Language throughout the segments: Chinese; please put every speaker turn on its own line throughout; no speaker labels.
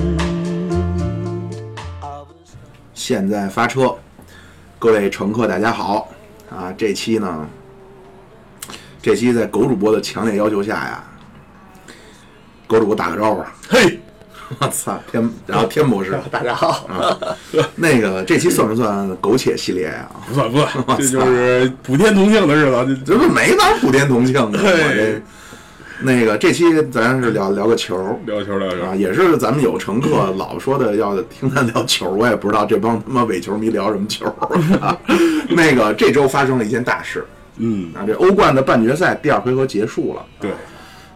of the
现在发车，各位乘客，大家好啊！这期呢，这期在狗主播的强烈要求下呀，狗主播打个招呼啊，
嘿，
我操，天，然后天博士， 啊
大家好，
那个这期算不算苟且系列啊？
不 算不算，这就是普天同庆的日子，啊
这不没法普天同庆的，
嘿
我这那个这期咱是聊聊个球。
这聊球聊
啊，
球，
也是咱们有乘客
嗯
老说的要听咱聊球，我也不知道这帮他妈伪球迷聊什么球。 那个这周发生了一件大事，
嗯，
啊，这欧冠的半决赛第二回合结束了
对，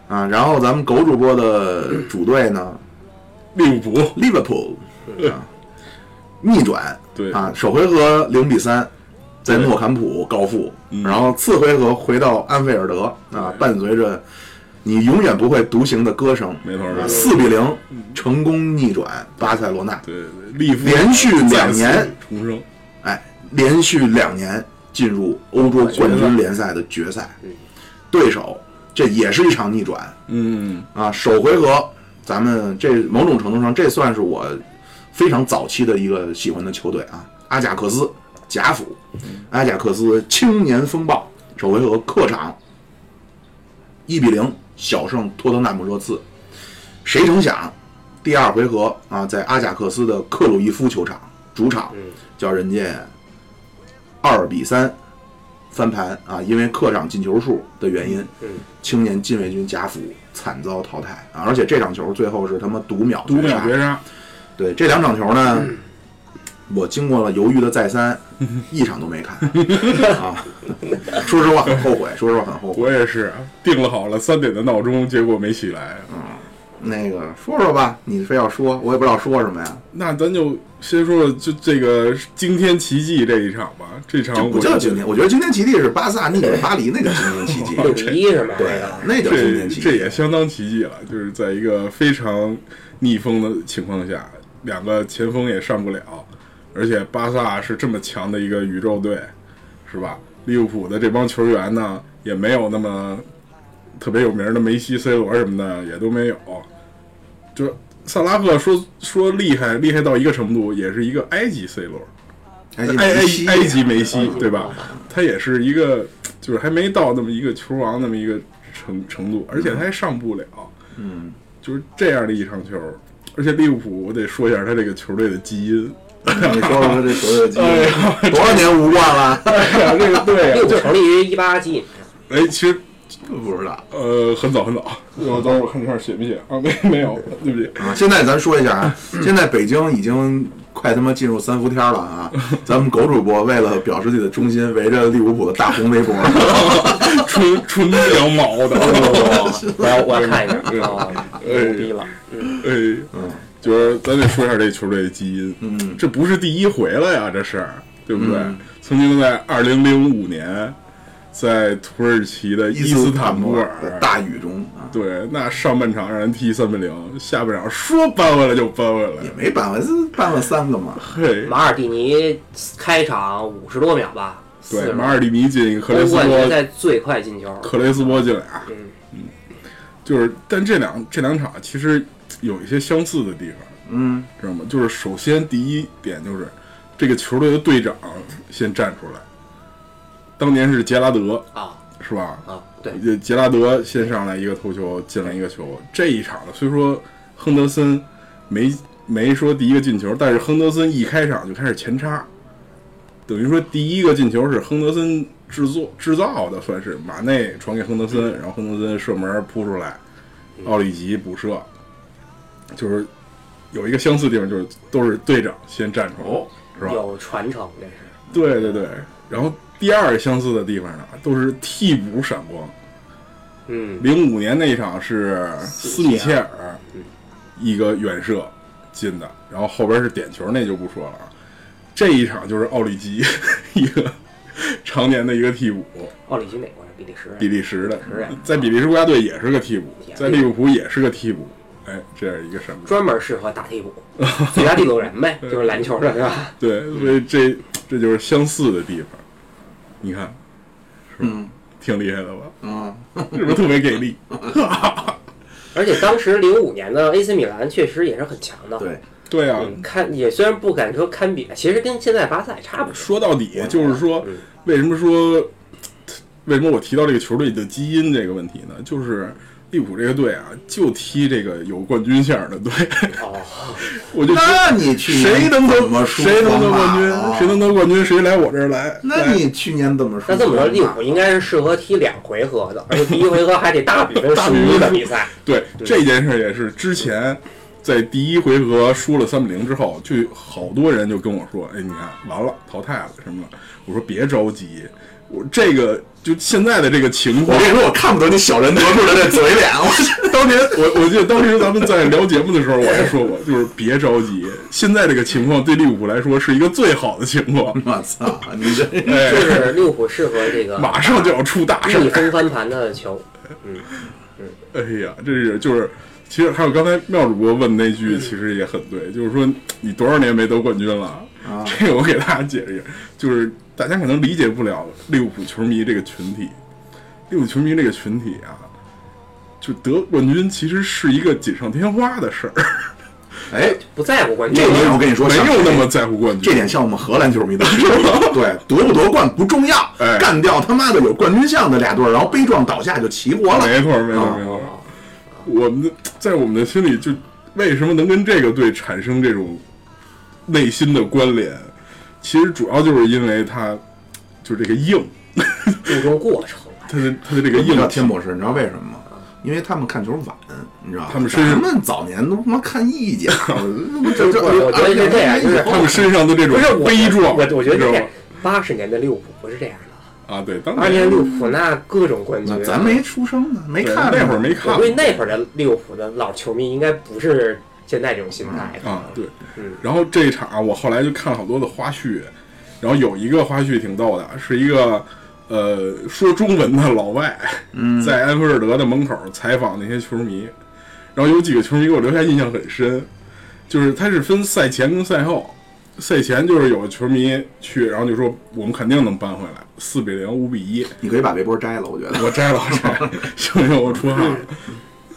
啊，然后咱们狗主播的主队呢，
利物浦，
利物浦啊，逆转，
对
啊，首回合零比三，在诺坎普高负，
嗯
然后次回合回到安菲尔德啊，伴随着你永远不会独行的歌声，啊
没错没错
四比零成功逆转巴塞罗那，
对对，利夫
连续两年
再次重生，
哎，连续两年进入欧洲冠军联赛的决赛，对手这也是一场逆转
嗯，
啊！首回合，咱们这某种程度上，这算是我非常早期的一个喜欢的球队啊，阿贾克斯，贾府，阿贾克斯青年风暴，首回合客场一比零小胜托特纳姆热刺，谁成想，第二回合啊，在阿贾克斯的克鲁伊夫球场主场，叫人家二比三翻盘啊，因为客场进球数的原因，青年禁卫军贾府惨遭淘汰啊，而且这场球最后是他妈读秒
独
绝
秒
杀
绝杀，
对这两场球呢，我经过了犹豫的再三，
嗯
一场都没看啊。说实话很后悔，说实话很后悔。
我也是定了好了三点的闹钟，结果没起来，
嗯那个说说吧，你非要说，我也不知道说什么呀。
那咱就先说说就这个惊天奇迹这一场吧，这场
这
我
不
觉
叫
得
惊天，我觉得惊天奇迹是巴萨逆转巴黎那个惊天奇 迹，
六比一是吗？哎
对啊，那叫惊
这
天奇
这也
迹。
相当奇迹了，就是在一个非常逆风的情况下，两个前锋也上不了，而且巴萨是这么强的一个宇宙队，是吧？利物浦的这帮球员呢，也没有那么特别有名的梅西、C 罗什么的也都没有，就是萨拉赫说说厉害，厉害到一个程度，也是一个埃及 C 罗，
埃及
埃
梅
埃
西啊
埃及梅西，对吧？他也是一个，就是还没到那么一个球王那么一个程程度，而且他还上不了。嗯，就是这样的一场球，而且利物浦，我得说一下他这个球队的基因。
你说说这球队的基
哎
因
呀，
多少年无冠了？
哎呀，这个队啊，
六
就
成立于一八几，啊
哎，其实
不知道。
呃很早很早，我等会儿我看这块儿写没写啊？ 没没有，对 不起。
啊，现在咱说一下啊，现在北京已经快他妈进入三伏天了啊！咱们狗主播为了表示自己的忠心，围着利物浦的大红围脖，
纯纯羊毛的，
我要我要看一 下
嗯
啊，
嗯
牛逼了，嗯，
哎，就是咱得说一下这球队的基因，嗯，这不是第一回了呀，这是对不对？曾经在二零零五年，在土耳其的 伊斯坦布尔，
的大雨中啊，
对，那上半场让人踢三比零，下半场说扳回来就扳回来
也，没扳回，是扳了三个嘛。
嘿，
马尔蒂尼开场五十多秒吧，四
对，
十
马尔蒂尼进一个克雷
欧
斯
冠决
波，
赛最快进球，
克雷斯波进俩，嗯，就是，但这两这两场其实有一些相似的地方，
嗯，
知道吗？就是首先第一点就是这个球队的队长先站出来，当年是杰拉德
啊
是吧？
啊，对，
也呃杰拉德先上来一个头球进了一个球，这一场呢，虽说亨德森没没说第一个进球，但是亨德森一开场就开始前插，等于说第一个进球是亨德森制作制造的，算是马内传给亨德森，然后亨德森射门扑出来，奥里吉补射，就是有一个相似地方，就是都是队长先站出来，是吧？
有传承，这是
对对对，然后第二相似的地方呢，都是替补闪光。
嗯，
零五年那一场是斯米切尔一个远射，进的，然后后边是点球那就不说了啊。这一场就是奥里吉 一个常年的一个替补，
奥里吉哪国人？比利时人。
比利时的
是啊，
在比利时国家队也是个替补，
也是
在利物浦也是个替补，哎，这样一个什么？
专门适合打替补，最佳第六人呗，就是篮球的是吧？
对，所以这这就是相似的地方。你看，是吧？挺厉害的吧？
嗯，
是不是特别给 力？
而且当时零五年的 AC 米兰确实也是很强的，
对，
对啊，
嗯，堪也虽然不敢说堪比，其实跟现在巴萨也差不多。
说到底就是说，为什么说为什么我提到这个球队的基因这个问题呢？就是利物浦这个队啊，就踢这个有冠军相的队，
哦，
我就觉得
那你去年
谁能
怎么
得
说
谁能得冠军，
啊
谁能得冠军，谁来我这儿来？
那你去年怎么说？
那这么说，利物浦应该是适合踢两回合的，而且第一回合还得大比 分
大
输
比分
的比赛。
对这件事儿也是之前在第一回合输了三比零之后，就好多人就跟我说：“哎，你看完了，淘汰了什么的。”我说：“别着急，我这个就现在的这个情
我
况
跟，你说，我看不得你小人得志的这嘴脸，我
当年我我记得当时咱们在聊节目的时候，我还说过，就是别着急，现在这个情况对利物浦来说是一个最好的情况，
我操，你 这
就
哎，
是利物浦适合这个
马上就要出大事儿
逆。风翻盘的球，
哎呀，这是就是，其实还有刚才妙主播问那
嗯
句，其实也很对，就是说你多少年没得冠军了？
啊
这个我给大家解释一下，就是大家可能理解不了利物浦球迷这个群体，利物浦球迷这个群体啊，就得冠军其实是一个锦上添花的事儿，
哎，
不在乎冠
这
军。
点我跟你说，
没
像
有那么在乎冠军。
这点像我们荷兰球迷的， 对，夺不夺冠不重要，
哎
干掉他妈的有冠军相的俩队儿，然后悲壮倒下就齐活了。
没错，没错，
啊
没错。我们的在我们的心里，就为什么能跟这个队产生这种内心的关联？其实主要就是因为他就这个硬，
注重过程，啊
他的他的这个
你知
硬
道天博士，你知道为什么吗？因为他们看球晚，你知道吧
他们身
咱
上
们早年都他妈看意 见，这哎这
我觉得是这样就是
他们身上的这种
不是我
悲壮，
我我觉
你知道吗
得八十年的利物浦不是这样的，
啊，对，当
八十年
年
利物浦那各种冠
那
军，啊
咱没出生呢，没
对
看呢
那会儿没看
我估计那会儿的利物浦的老球迷应该不是现在这种心态的
啊，对
嗯。
然后这一场啊我后来就看了好多的花絮，然后有一个花絮挺逗的，是一个呃说中文的老外， 在安菲尔德的门口采访那些球迷，然后有几个球迷给我留下印象很深，就是他是分赛前跟赛后。赛前就是有球迷去，然后就说我们肯定能扳回来，四比零、五比一，
你可以把围脖摘了，我觉得。
我摘了，我摘了，行行，我出汗了，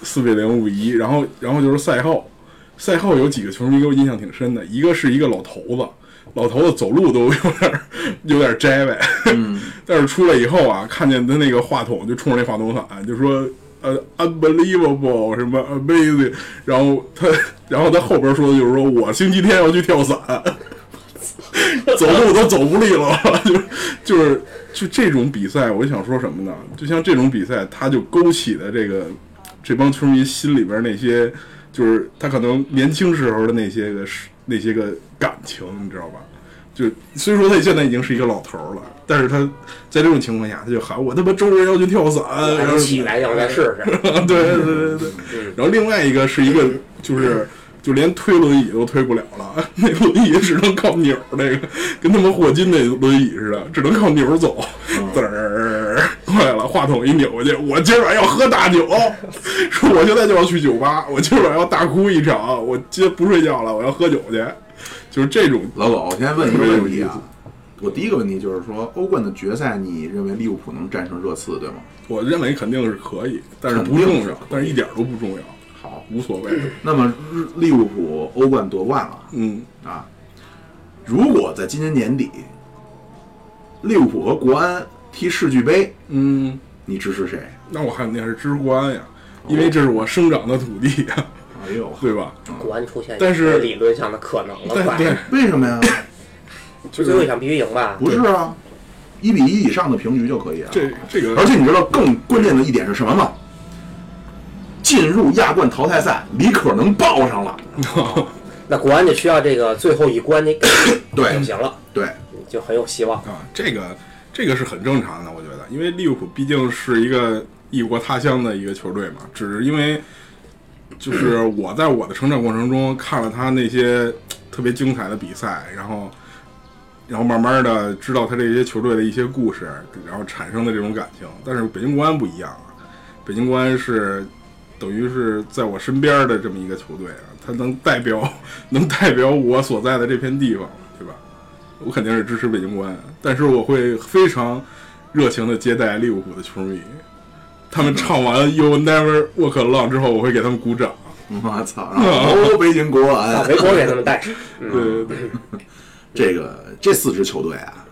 四比零五比一，然后然后就是赛后，赛后有几个球迷给我印象挺深的，一个是一个老头子，老头子走路都有点儿有点儿摘呗，但是出来以后啊，看见他那个话筒就冲着那话筒喊，就说呃 unbelievable 什么 amazing，然后他然后他后边说的就是说我星期天要去跳伞。 走路都走不利了，就是就是就这种比赛，我想说什么呢？就像这种比赛，它就勾起了这个这帮球迷心里边那些，就是他可能年轻时候的那些个那些个感情，你知道吧？就虽说他现在已经是一个老头儿了，但是他在这种情况下，他就喊我他妈周日要去跳伞，
还
然后
能起来让我再试试。
对对对对对。然后另外一个是一个就是。就连推轮椅都推不了了， 那轮椅只能靠扭儿，那个跟他们霍金那轮椅似的，只能靠扭儿走。
嗯
滋儿过来了，话筒一扭过去，我今晚要喝大酒， 说我现在就要去酒吧，我今晚要大哭一场，我今天不睡觉了，我要喝酒去。就是这种
老狗，我先问一个
没有
问题
意思
啊。我第一个问题就是说，欧冠的决赛，你认为利物浦能战胜热刺，对吗？
我认为肯定是可以，但是不
肯定
重
是
要，但是一点儿都不重要，
好，
无所 谓。
那么日利物浦欧冠夺冠了
嗯，
啊！如果在今年年底，利物浦和国安踢世俱杯，
嗯，
你支持谁？
那我肯定是知乎安呀，因为这是我生长的土地呀，
哎呦，
对吧？
国安出现，
但是
理论上的可能了，
哦
但
快
对，
为什么 呀？
就
最后一
是
场必须赢吧？
不是啊，一比一以上的平局就可以啊。
这这个，
而且你知道更关键的一点是什么吗？进入亚冠淘汰赛，李可能报上了。
那国安就需要这个最后一关那
嗯对
就行了，
对，
就很有希望。
啊，这个这个是很正常的，我觉得，因为利物浦毕竟是一个异国他乡的一个球队嘛，只是因为就是我在我的成长过程中看了他那些特别精彩的比赛，然后，然后慢慢的知道他这些球队的一些故事，然后产生的这种感情。但是北京国安不一样啊，北京国安是等于是在我身边的这么一个球队啊，他能代表 能代表我所在的这片地方，对吧？我肯定是支持北京国安，啊但是我会非常热情的接待利物浦的球迷。他们唱完《You Never Walk Alone》之后，我会给他们鼓掌。
我操！然后哦，北京国
把
安
围脖给他们戴上。嗯，
对对对，
这个这四支球队啊，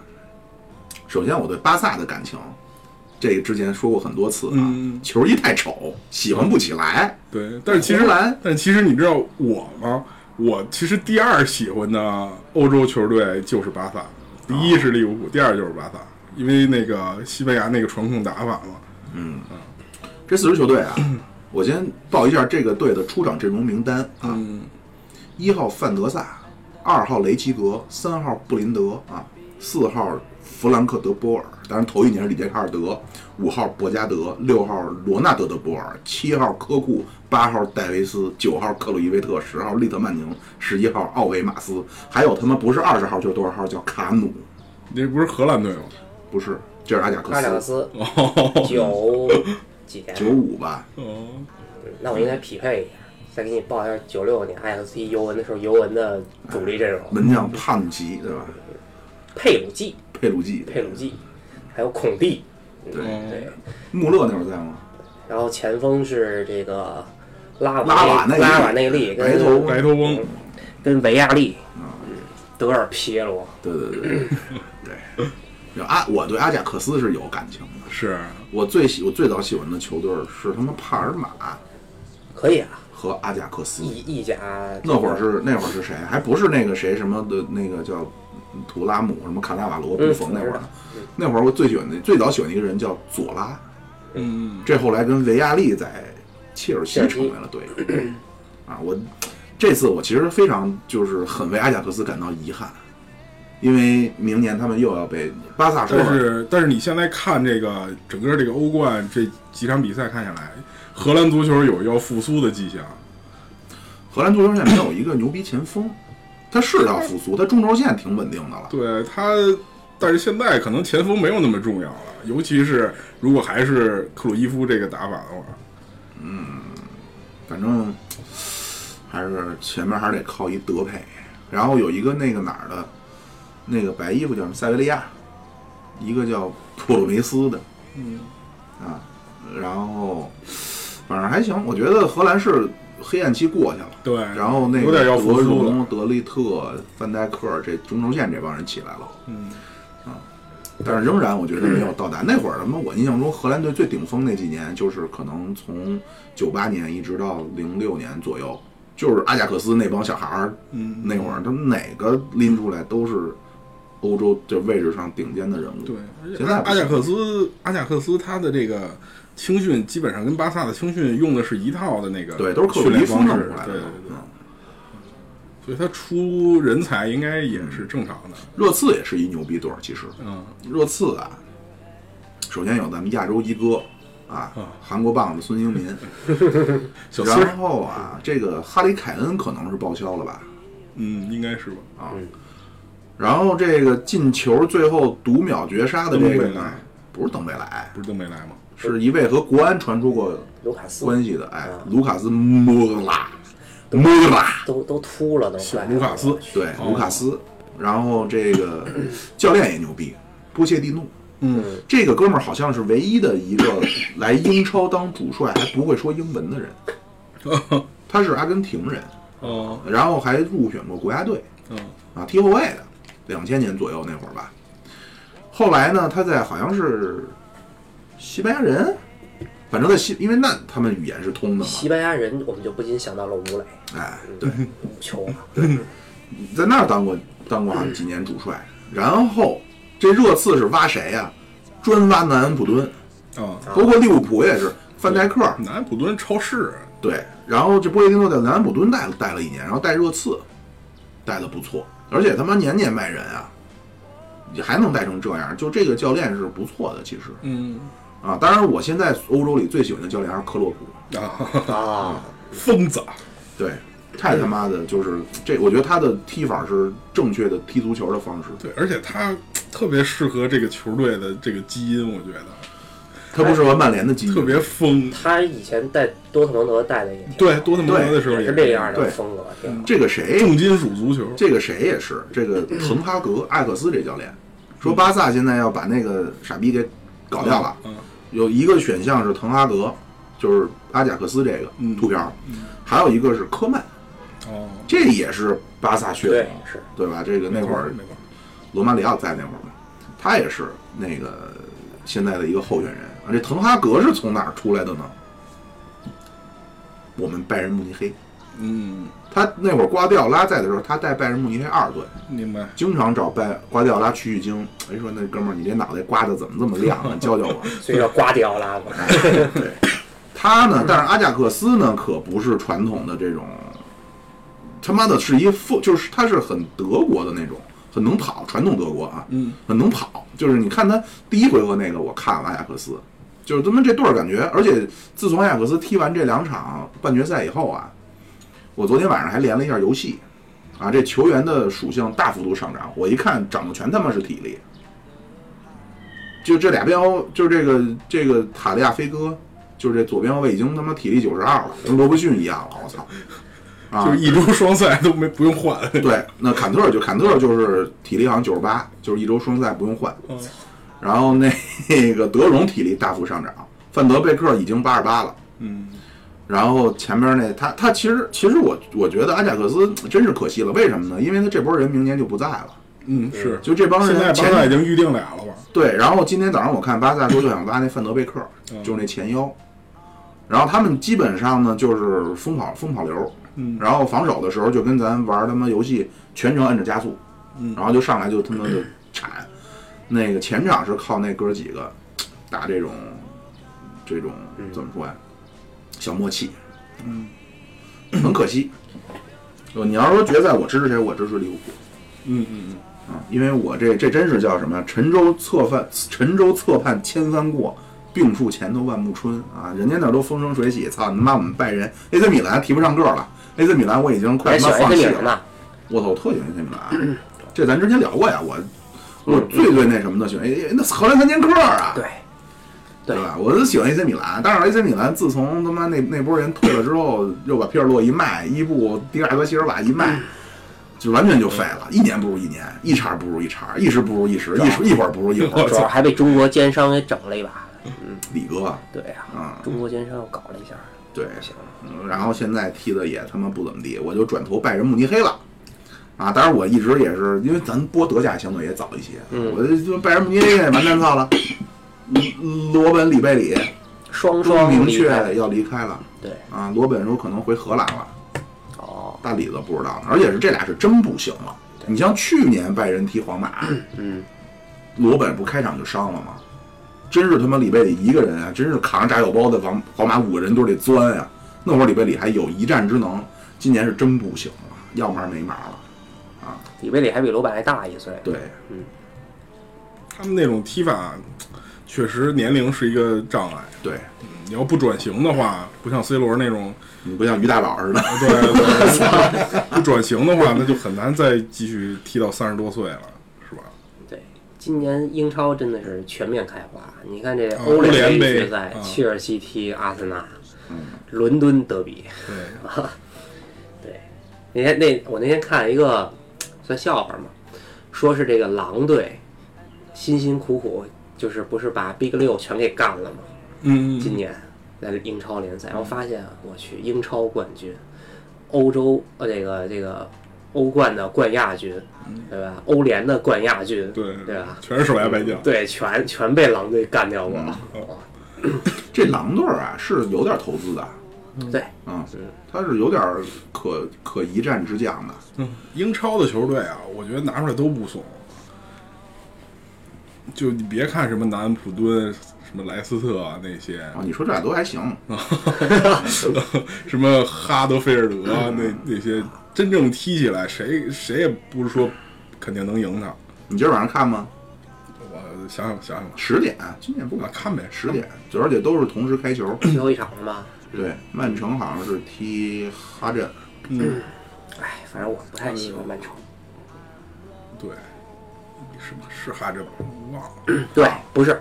首先我对巴萨的感情，这个之前说过很多次啊，
嗯
球衣太丑，喜欢不起来。
对，但是其实
红蓝，
但其实你知道我吗？我其实第二喜欢的欧洲球队就是巴萨，第一是利物浦，第二就是巴萨，因为那个西班牙那个传控打法嘛。
这四支球队啊， 我先报一下这个队的出场阵容名单啊：一、号范德萨，二号雷吉格，三号布林德啊，四号弗兰克德波尔，当然头一年是里杰卡尔德，五号博加德，六号罗纳德德波尔，七号科库，八号戴维斯，九号克鲁伊维特，十号利特曼宁，十一号奥维马斯，还有他妈不是二十号就是多少号叫卡努，
那不是荷兰队吗？
不是，这是阿贾克
阿贾克
斯，
斯
哦
九几年？
九五吧，
哦，
那我应该匹配一下，再给你报一下九六年阿贾克斯踢尤文的时候，尤文的主力阵容：
门将帕姆奇对吧？
佩鲁季、
佩鲁季，
佩鲁季，还有孔蒂。嗯
对
对，
穆勒那会儿在吗？
然后前锋是这个拉
拉瓦
瓦
内
内
利
拉瓦内利
白头
跟
白头翁，
跟维亚利，嗯，德尔皮耶罗，
对对对对对。 然后阿，我对阿贾克斯是有感情的。
是
我最喜我最早喜欢的球队是他妈帕尔马
可以啊，
和阿贾克斯。
意意甲
那会儿是那会儿是谁？还不是那个谁什么的，那个叫图拉姆什么卡纳瓦罗布冯那会儿呢。那会儿我最喜欢的最早喜欢的一个人叫佐拉，
嗯，
这后来跟维亚利在切尔西
切尔西
成为了队友。啊，我这次我其实非常就是很为阿贾克斯感到遗憾，因为明年他们又要被巴萨说
但
了
是但是你现在看这个整个这个欧冠这几场比赛看下来，荷兰足球有要复苏的迹象。
荷兰足球现在没有一个牛逼前锋，他是要复苏，他中轴线挺稳定的了。
对他，但是现在可能前锋没有那么重要了，尤其是如果还是克鲁伊夫这个打法的话，
反正还是前面还是得靠一德佩，然后有一个那个哪儿的，那个白衣服叫什么塞维利亚，一个叫普鲁梅斯的，嗯，啊，然后反正还行，我觉得荷兰是黑暗期过去了。
对，
然后那
有
个
点要复
德
苏了
容、，德利特、范戴克这中轴线这帮人起来了，啊
嗯，
但是仍然我觉得没有到达、那会儿。他妈，我印象中荷兰队最顶峰那几年，就是可能从九八年一直到零六年左右，就是阿贾克斯那帮小孩儿，
嗯
那会儿他们哪个拎出来都是欧洲这位置上顶尖的人物。
对，
现在不
阿
是
贾克斯，阿贾克斯他的这个青训基本上跟巴萨的青训用的是一套的那个
对，都是克
训
鲁伊
练
夫
方
弄
式
出，来的。
对对对
嗯，
所以他出人才应该也是正常的，
热刺也是一牛逼队儿，其实
嗯，
热刺啊，首先有咱们亚洲一哥啊，韩国棒子孙兴 民，
小孙
然
儿，
后啊，这个哈里凯恩可能是报销了吧？
嗯，应该是吧，
然后这个进球最后独秒绝杀的这个
登贝
呢
莱，
不是登贝莱，
不是都没来吗？
是一位和国安传出过
卢卡斯
关系的，哎
啊，
卢卡斯莫拉，莫拉，
都都秃了都
哎
快，
卢卡斯，
对，卢卡斯。然后这个教练也牛逼，波切蒂诺。
嗯，
这个哥们儿好像是唯一的一个 来英超当主帅还不会说英文的人，他是阿根廷人，
哦，
然后还入选过国家队。
嗯，
啊，踢后卫的，两千年左右那会儿吧。后来呢，他在好像是西班牙人，反正在西，因为那他们语言是通的嘛，
西班牙人，我们就不禁想到了吴磊，
哎，
对，无球啊，
在那儿当过当过几年主帅。然后这热刺是挖谁呀、专挖南安普敦，
哦，
包括利物浦也是，范戴克
南安普敦超市，
对，然后这波切蒂诺在南安普敦待了待了一年，然后带热刺，带的不错，而且他妈年年卖人啊，也还能带成这样，就这个教练是不错的，其实
嗯，
啊，当然我现在欧洲里最喜欢的教练还是克洛普，
啊，
啊，
疯子，
对，太他妈的就是这，我觉得他的踢法是正确的踢足球的方式，
对，而且他特别适合这个球队的这个基因，我觉得
他不适合曼联的基因，
特别疯。
他以前带多特蒙德带的也挺
对，多特蒙德的时候
也
也
是这样的
对
风格，挺好。
这个谁
重金属足球，
这个谁也是，这个滕哈
嗯
格、艾克斯这教练说，巴萨现在要把那个傻逼给搞掉了。
嗯，
有一个选项是滕哈格，就是阿贾克斯这个
嗯
秃瓢，还有一个是科曼，嗯
哦，
这也是巴萨血
对
统，，
是
对吧？这个那会儿
那会儿，
罗马里奥在那会儿嘛，他也是那个现在的一个候选人。啊，这滕哈格是从哪儿出来的呢？我们拜仁慕尼黑，
嗯，
他那会儿瓜迪奥拉在的时候，他带拜仁慕尼黑二队。
明白。
经常找拜瓜迪奥拉区域经，哎说那哥们儿你这脑袋刮的怎么这么亮啊？教教我。
所以叫瓜迪奥拉嘛。
对，他呢，但是阿贾克斯呢可不是传统的这种，他妈的是一副，就是他是很德国的那种，很能跑，传统德国啊，
嗯，
很能跑。就是你看他第一回合那个，我看了阿贾克斯，就是他妈这队儿感觉，而且自从阿贾克斯踢完这两场半决赛以后啊，我昨天晚上还连了一下游戏。啊，这球员的属性大幅度上涨，我一看长得全他妈是体力，就这俩边后，就是这个这个塔利亚飞哥，就是这左边后卫已经他妈体力九十二了，跟罗伯逊一样了，我操！啊
就是，一周双赛都没不用换，
对，那坎特尔就坎特尔就是体力好像九十八，就是一周双赛不用换。
嗯
然后那那个德容体力大幅上涨，范德贝克已经八十八了。
嗯，
然后前边那他他其实其实我我觉得阿贾克斯真是可惜了，为什么呢？因为他这波人明年就不在了，
嗯是。
就这帮
现
人
在巴
前
萨已经预定俩了吧？
对，然后今天早上我看巴萨说就想挖那范德贝克，就是那前腰。然后他们基本上呢就是疯跑疯跑流，
嗯
然后防守的时候就跟咱玩他妈游戏全程摁着加速，
嗯
然后就上来就他妈的铲。那个前场是靠那哥几个打这种这种
嗯
怎么说呀、小默契，嗯，很可惜。呃你要说决赛，我支持谁？我支持利物浦。
嗯嗯
啊，因为我这这真是叫什么呀？沉舟侧畔，沉舟侧畔千帆过，病树前头万木春啊！人家那儿都风生水起，操你妈！我们拜仁 AC 米兰提不上个儿了，AC 米兰我已经
还
快他
喜
妈
欢 AC
放
米
弃
兰
了。
呢，
我操，我特喜欢 AC 米兰，啊这咱之前聊过呀，我我最最那什么的喜欢，哎那荷兰三剑客啊，
对，
对
对
吧？我就喜欢 AC 米兰，但是 AC 米兰自从他妈那那波人退了之后，又把皮尔洛一卖，伊布、迪亚哥、席尔瓦一卖，就完全就废了，一年不如一年，一茬不如一茬，一时不如一时，一时一会儿不如一 会儿。
我
主要还被中国奸商给整了一把。
李哥啊，
对啊
嗯，
中国奸商又搞了一下，
对，
不行了。
嗯然后现在踢的也他妈不怎么地，我就转投拜仁慕尼黑了。啊，当然我一直也是，因为咱播德甲相对也早一些，
嗯
我就就拜仁慕尼黑也完蛋操了，嗯罗本里贝里
双
都
双
明
离开
确要离开了
对，
啊，罗本说可能回荷兰了。
哦，
大李子不知道呢，而且是这俩是真不行了。你像去年拜仁踢皇马，
嗯，
罗本不开场就伤了吗？真是他妈里贝里一个人啊，真是扛着炸药包在皇皇马五个人堆里钻啊。那会儿里贝里还有一战之能，今年是真不行了，要不然没码了。
里贝里还比罗本还大一岁。
对，
他们那种踢法，确实年龄是一个障碍。
对，
你要不转型的话，不像 C 罗那种，
你不像于大宝似的，
对对对， 不转型的话，那就很难再继续踢到三十多岁了，是吧？
对，今年英超真的是全面开花。你看这
啊
欧
欧联
联
杯
决赛
啊，
切尔西踢阿森纳，
嗯
伦敦德比。
对，
对，那天那我那天看一个算笑话嘛，说是这个狼队辛辛苦苦就是不是把 Big 六全给干了吗？
嗯，
今年在英超联赛，我发现啊我去英超冠军，欧洲呃这个这个欧冠的冠亚军，对吧？欧联的冠亚军，
嗯对
对啊吧？
全是手下败将。
对，全全被狼队干掉过。
嗯
这狼队儿啊是有点投资的，
对，
嗯，他是有点可可一战之将的。
英超的球队啊，我觉得拿出来都不怂。就你别看什么南安普敦、什么莱斯特啊那些，
啊，你说这俩都还行，
什么哈德菲尔德啊那那些，真正踢起来，谁谁也不是说肯定能赢他。
你今儿晚上看吗？
我想想想想吧，
十点，今天不晚
啊，看呗，
十点，而且都是同时开球。
最后一场了吗？
对，曼城好像是踢哈镇，
嗯，
哎，反正我不太喜欢曼城。
对，什么是哈镇吗？忘了，
对，不是，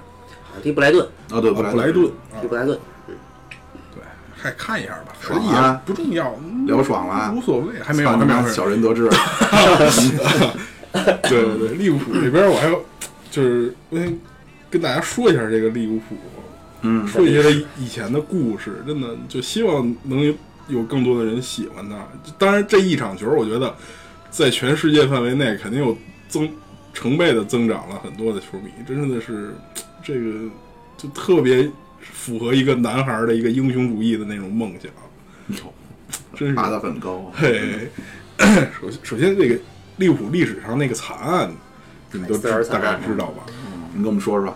好像踢布莱顿，
啊，对，
布
莱
莱顿，啊
踢布莱顿。
对，还看一下吧，
爽
反正也
啊
不重要，嗯
聊爽了啊
无所谓，还没有，
操
还
你
没
妈
有，
小人得志，
对对对，利物浦这边我还有就是嗯，跟大家说一下这个利物浦，
嗯，
说一下他以前的故事，真的就希望能有更多的人喜欢他。当然，这一场球，我觉得在全世界范围内肯定有增成倍的增长了很多的球迷，真的是这个就特别符合一个男孩的一个英雄主义的那种梦想，真是
爬得很高，啊
嘿，首首先这个利物浦历史上那个惨案，你们都知
海斯尔惨
大
案
概知道吧？
你跟我们说 说，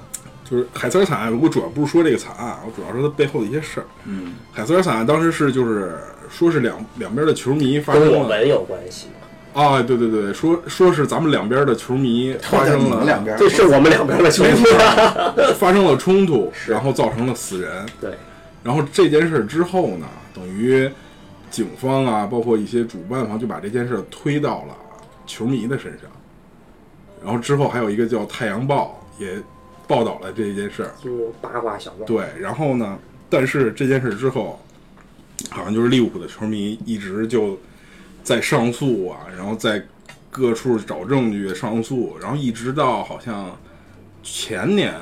就是海瑟尔惨案，我主要不是说这个惨案，我主要说它背后的一些事儿。
嗯，
海瑟尔惨案当时是就是说是两两边的球迷发
跟
生
我
了
们有关系，
啊，对对对，说说是咱们两边的球迷发生
你
了
们两边
这是我们两边的球
没
迷。
错，发生了冲突，然后造成了死人。
对，
然后这件事之后呢，等于警方啊，包括一些主办方就把这件事推到了球迷的身上。然后之后还有一个叫《太阳报》也报道了这件事儿。
金融八卦小报。
对，然后呢，但是这件事之后，好像就是利物浦的球迷一直就在上诉啊，然后在各处找证据上诉，然后一直到好像前年，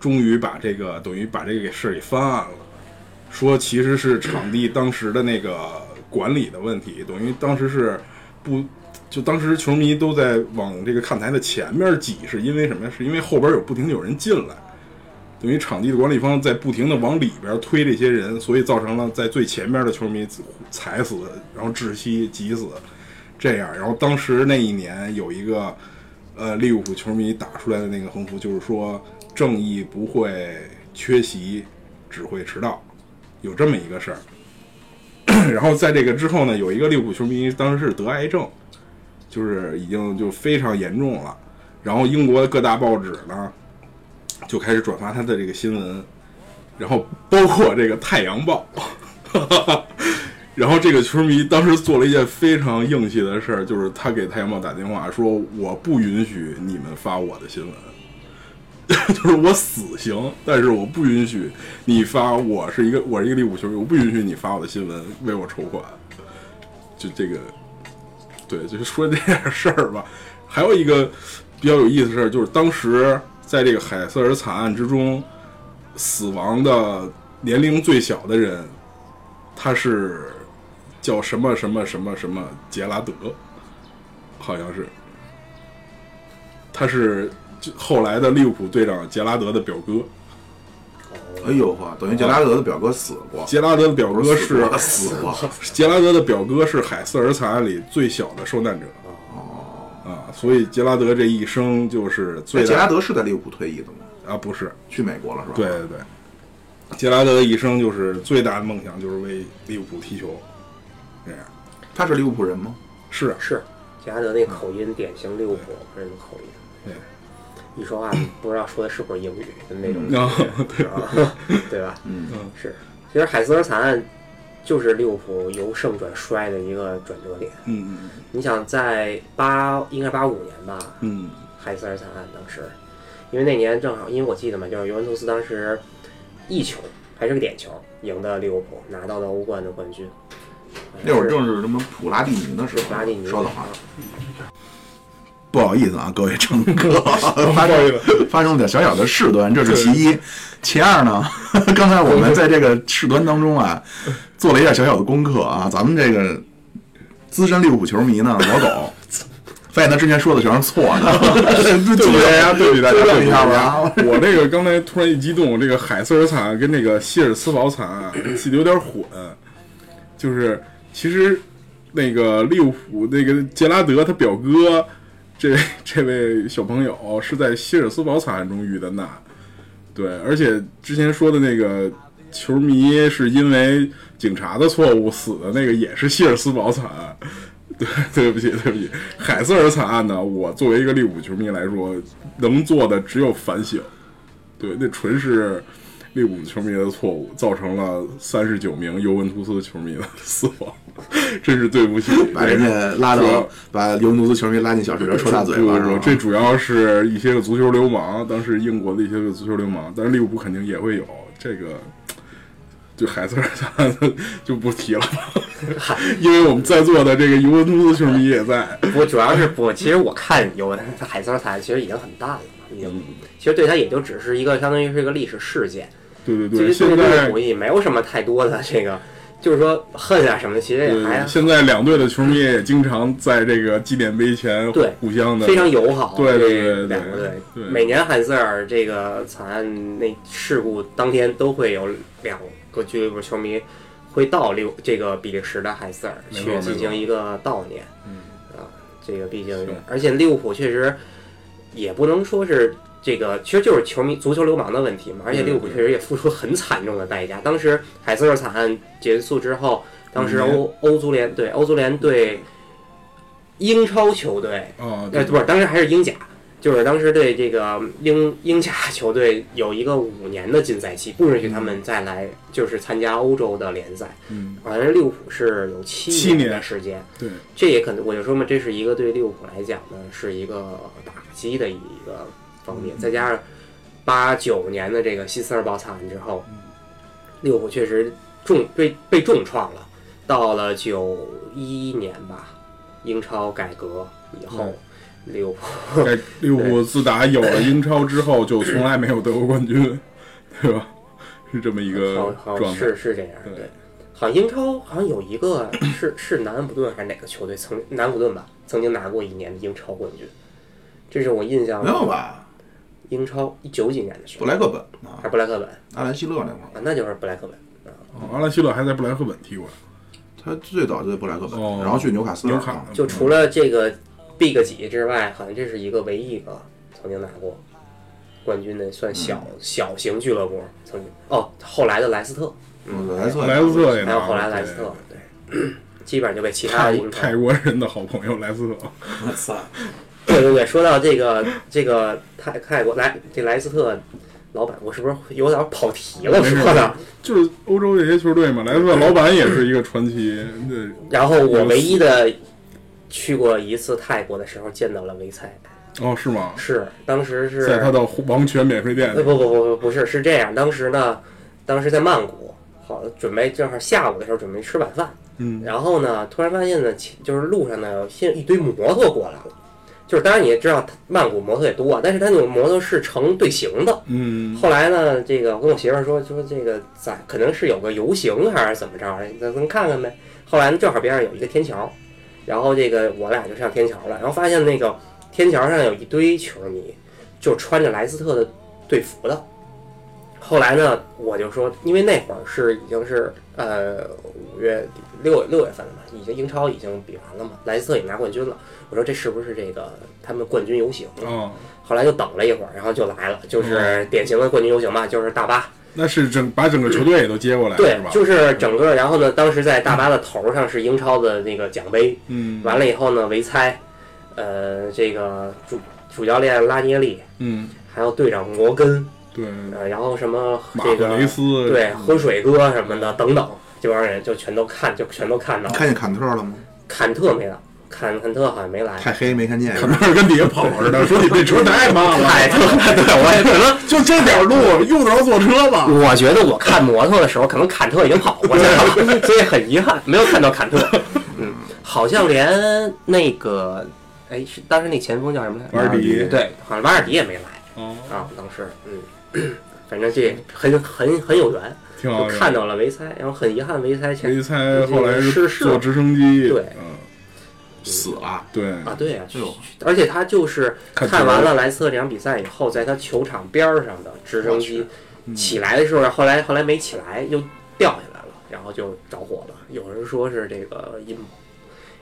终于把这个等于把这个事儿给翻案了，说其实是场地当时的那个管理的问题，等于当时是不。就当时球迷都在往这个看台的前面挤，是因为什么呀？是因为后边有不停地有人进来，等于场地的管理方在不停的往里边推这些人，所以造成了在最前面的球迷踩死，然后窒息、急死，这样。然后当时那一年有一个呃利物浦球迷打出来的那个横幅，就是说正义不会缺席，只会迟到，有这么一个事儿。然后在这个之后呢，有一个利物浦球迷当时是得癌症，就是已经就非常严重了。然后英国的各大报纸呢，就开始转发他的这个新闻，然后包括这个《太阳报》 然后这个球迷当时做了一件非常硬气的事儿，就是他给《太阳报》打电话说：“我不允许你们发我的新闻， 就是我死刑，但是我不允许你发我是一个我是一个利物浦球迷，我不允许你发我的新闻为我筹款。”就这个，对，就是说这点事儿吧。还有一个比较有意思的事儿，就是当时在这个海瑟尔惨案之中，死亡的年龄最小的人，他是叫什么什么什么什么杰拉德，好像是，他是就后来的利物浦队长杰拉德的表哥。
哎呦呵，等于杰拉德的表哥死过，
杰拉德的表
不
哥
死
是
过死过，
杰拉德的表哥是海瑟尔惨案里最小的受难者。啊，所以杰拉德这一生就是
哦
最
哎
大
杰拉德是在利物浦退役的吗？
啊，不是，
去美国了是吧？
对，对对，杰拉德的一生就是最大的梦想就是为利物浦踢球，这样
他是利物浦人吗？
是啊，
是，加德那口音典型利物浦人的口音，
嗯对，
一说话不知道说的是不是英语的那种，
然后对
啊， 对吧？
嗯
嗯
是。其实海瑟尔惨案就是利物浦由盛转衰的一个转折点。
嗯嗯
你想，在八应该八五年吧，
嗯
海瑟尔惨案当时，因为那年正好，因为我记得嘛，就是尤文图斯当时一球还是个点球赢得利物浦，拿到了欧冠的冠军。
那会儿正是什么普拉蒂尼的时候，
普拉蒂尼
稍等啊。不好意思啊，各位乘 客，发
不好意
生发生了点小小的事端，这是其一。其二呢， 刚才我们在这个事端当中啊，做了一点小小的功课啊。咱们这个资深利物浦球迷呢，老 狗，发现他之前说的全是错的，对啊
对不起大家，对不起大家，
纠正
对不
一
起
下
大
吧
家。。 我这个刚才突然一激动，我这个海瑟尔惨案跟那个希尔斯堡惨案记得有点混，就是其实那个利物浦那个杰拉德他表哥这这位小朋友是在希尔斯堡惨案中遇的难，对，而且之前说的那个球迷是因为警察的错误死的那个也是希尔斯堡惨案。对，对不起，对不起，海瑟尔惨案呢，我作为一个利物浦球迷来说，能做的只有反省。对，那纯是利物浦球迷的错误，造成了三十九名尤文图斯球迷的死亡，真是对不起。
把人家拉
主
到
要
把尤文图斯球迷拉进小水池抽大嘴
不
巴
不不
是吧，
这主要是一些个足球流氓，当时英国的一些个足球流氓，但是利物浦肯定也会有这个。就海瑟尔 他就不提了吧， 因为我们在座的这个尤文图斯球迷也在。
我主要是我其实我看尤文海瑟尔塔其实已经很淡了，已
嗯
经其实对他也就只是一个相当于是一个历史事件，
对对
其
对，
实对
现
利
在
物浦也没有什么太多的这个，就是说恨啊什么的，其实也还
对现在两队的球迷也经常在这个纪念碑前
对
互相的
非常友好。
对对对对
这两个队
对
每年汉塞尔这个惨案那事故当天都会有两个俱乐部球迷会到六这个比利时的汉塞尔
没
去
错
进
没
行
错
一个悼念。啊，这个毕竟
是，
而且利物浦确实也不能说是。这个其实就是球迷足球流氓的问题嘛，
嗯
而且利物浦确实也付出很惨重的代价。当时海瑟尔惨案结束之后，当时欧欧足联对欧足联对英超球队
啊，
呃，不是，当时还是英甲，就是当时对这个英英甲球队有一个五年的禁赛期，不允许他们再来就是参加欧洲的联赛。
嗯，
好像利物浦是有
七
七年的
年
时间，
对，
这也可能我就说嘛，这是一个对利物浦来讲呢是一个打击的一个方面，再加上八九年的这个希斯尔堡惨案之后，利物浦确实重被被重创了。到了九一年吧，英超改革以后，
嗯
利物浦
哎，利物浦自打有了英超之后，就从来没有得过冠军，对吧？是这么一
好
个
好
状态。
是是这样，
对
对。好像英超好像有一个是是南安普顿还是哪个球队曾南安普顿吧，曾经拿过一年的英超冠军，这是我印象
没有
中
吧？
英超九几年的时
布
候，
莱克本啊
还，是布莱克本
阿兰希勒那会儿，
啊，那就是布莱克本啊，
哦阿拉希勒还在布莱克本踢过，
他最早就在布莱克本，
哦
然后去纽卡斯尔
纽卡
啊
就除了这个 Big 几之外，好像这是一个唯一一个曾经拿过冠军的，算小
嗯
小型俱乐部曾经哦，后来的莱斯特，
嗯莱斯特
莱斯特也拿
还有
过，
后来莱斯特，对，基本上就被其
对。
他的
泰
英
国
超
泰国人的好朋友莱斯特，
对对对，说到这个这个泰泰国莱这莱斯特老板，我是不是有点跑题了？
没事
说的，
就是欧洲这些球队嘛，莱斯特老板也是一个传奇。对，
然后我唯一的去过一次泰国的时候，见到了维塞，
哦，是吗？
是当时是
在他的王权免税店
呃，不不不不不是，是这样，当时呢，当时在曼谷，好准备正好下午的时候准备吃晚饭，
嗯，
然后呢，突然发现呢，其就是路上呢，现一堆摩托过来了，就是当然你也知道曼谷摩托也多，啊但是他那种摩托是成队形的。
嗯，
后来呢，这个我跟我媳妇儿说，就说这个咱可能是有个游行还是怎么着，哎咱咱看看呗。后来呢，正好边上有一个天桥，然后这个我俩就上天桥了，然后发现那个天桥上有一堆球迷，就穿着莱斯特的队服的。后来呢，我就说，因为那会儿是已经是呃五月底六六月份了嘛，已经英超已经比完了嘛，莱斯特也拿冠军了。我说这是不是这个他们冠军游行？
啊，
后来就等了一会儿，然后就来了，
嗯
就是典型的冠军游行嘛，就是大巴，
那是整把整个球队也都接过来，
对
哎是吧，？嗯
就是整个，然后呢，当时在大巴的头上是英超的那个奖杯，
嗯，
完了以后呢，维猜，呃，这个主主教练拉涅利，
嗯，
还有队长摩根，
对，
呃，然后什么
嗯马
这
赫
个
雷斯，嗯
对喝水哥什么的等等，这帮人就全都看，就全都看到
你
了。
看见坎特了吗？
坎特没来，坎坎特好像没来，
太黑没看见。
可能是跟底下跑似的，说你这车太慢了，
太对，我也可能
就这点 路用得着坐车吗？
我觉得我看摩托的时候，可能坎特已经跑过 去了，所以很遗憾没有看到坎特。嗯，好像连那个，哎，是当时那前锋叫什么来着？
瓦尔迪
对，好像瓦尔迪也没来
哦，
啊。当时，嗯， 反正这很很很有缘，
挺好
就
的。
看到了维塞，然后很遗憾维塞前
维塞后来是坐直升机，
对
嗯，
死了，
对，
啊，对呀、
哎呦
而且他就是
看
看完
球
了莱斯特这场比赛以后，在他球场边儿上的直升机
嗯
起来的时候，后来后来没起来，又掉下来了，然后就着火了。有人说是这个阴谋，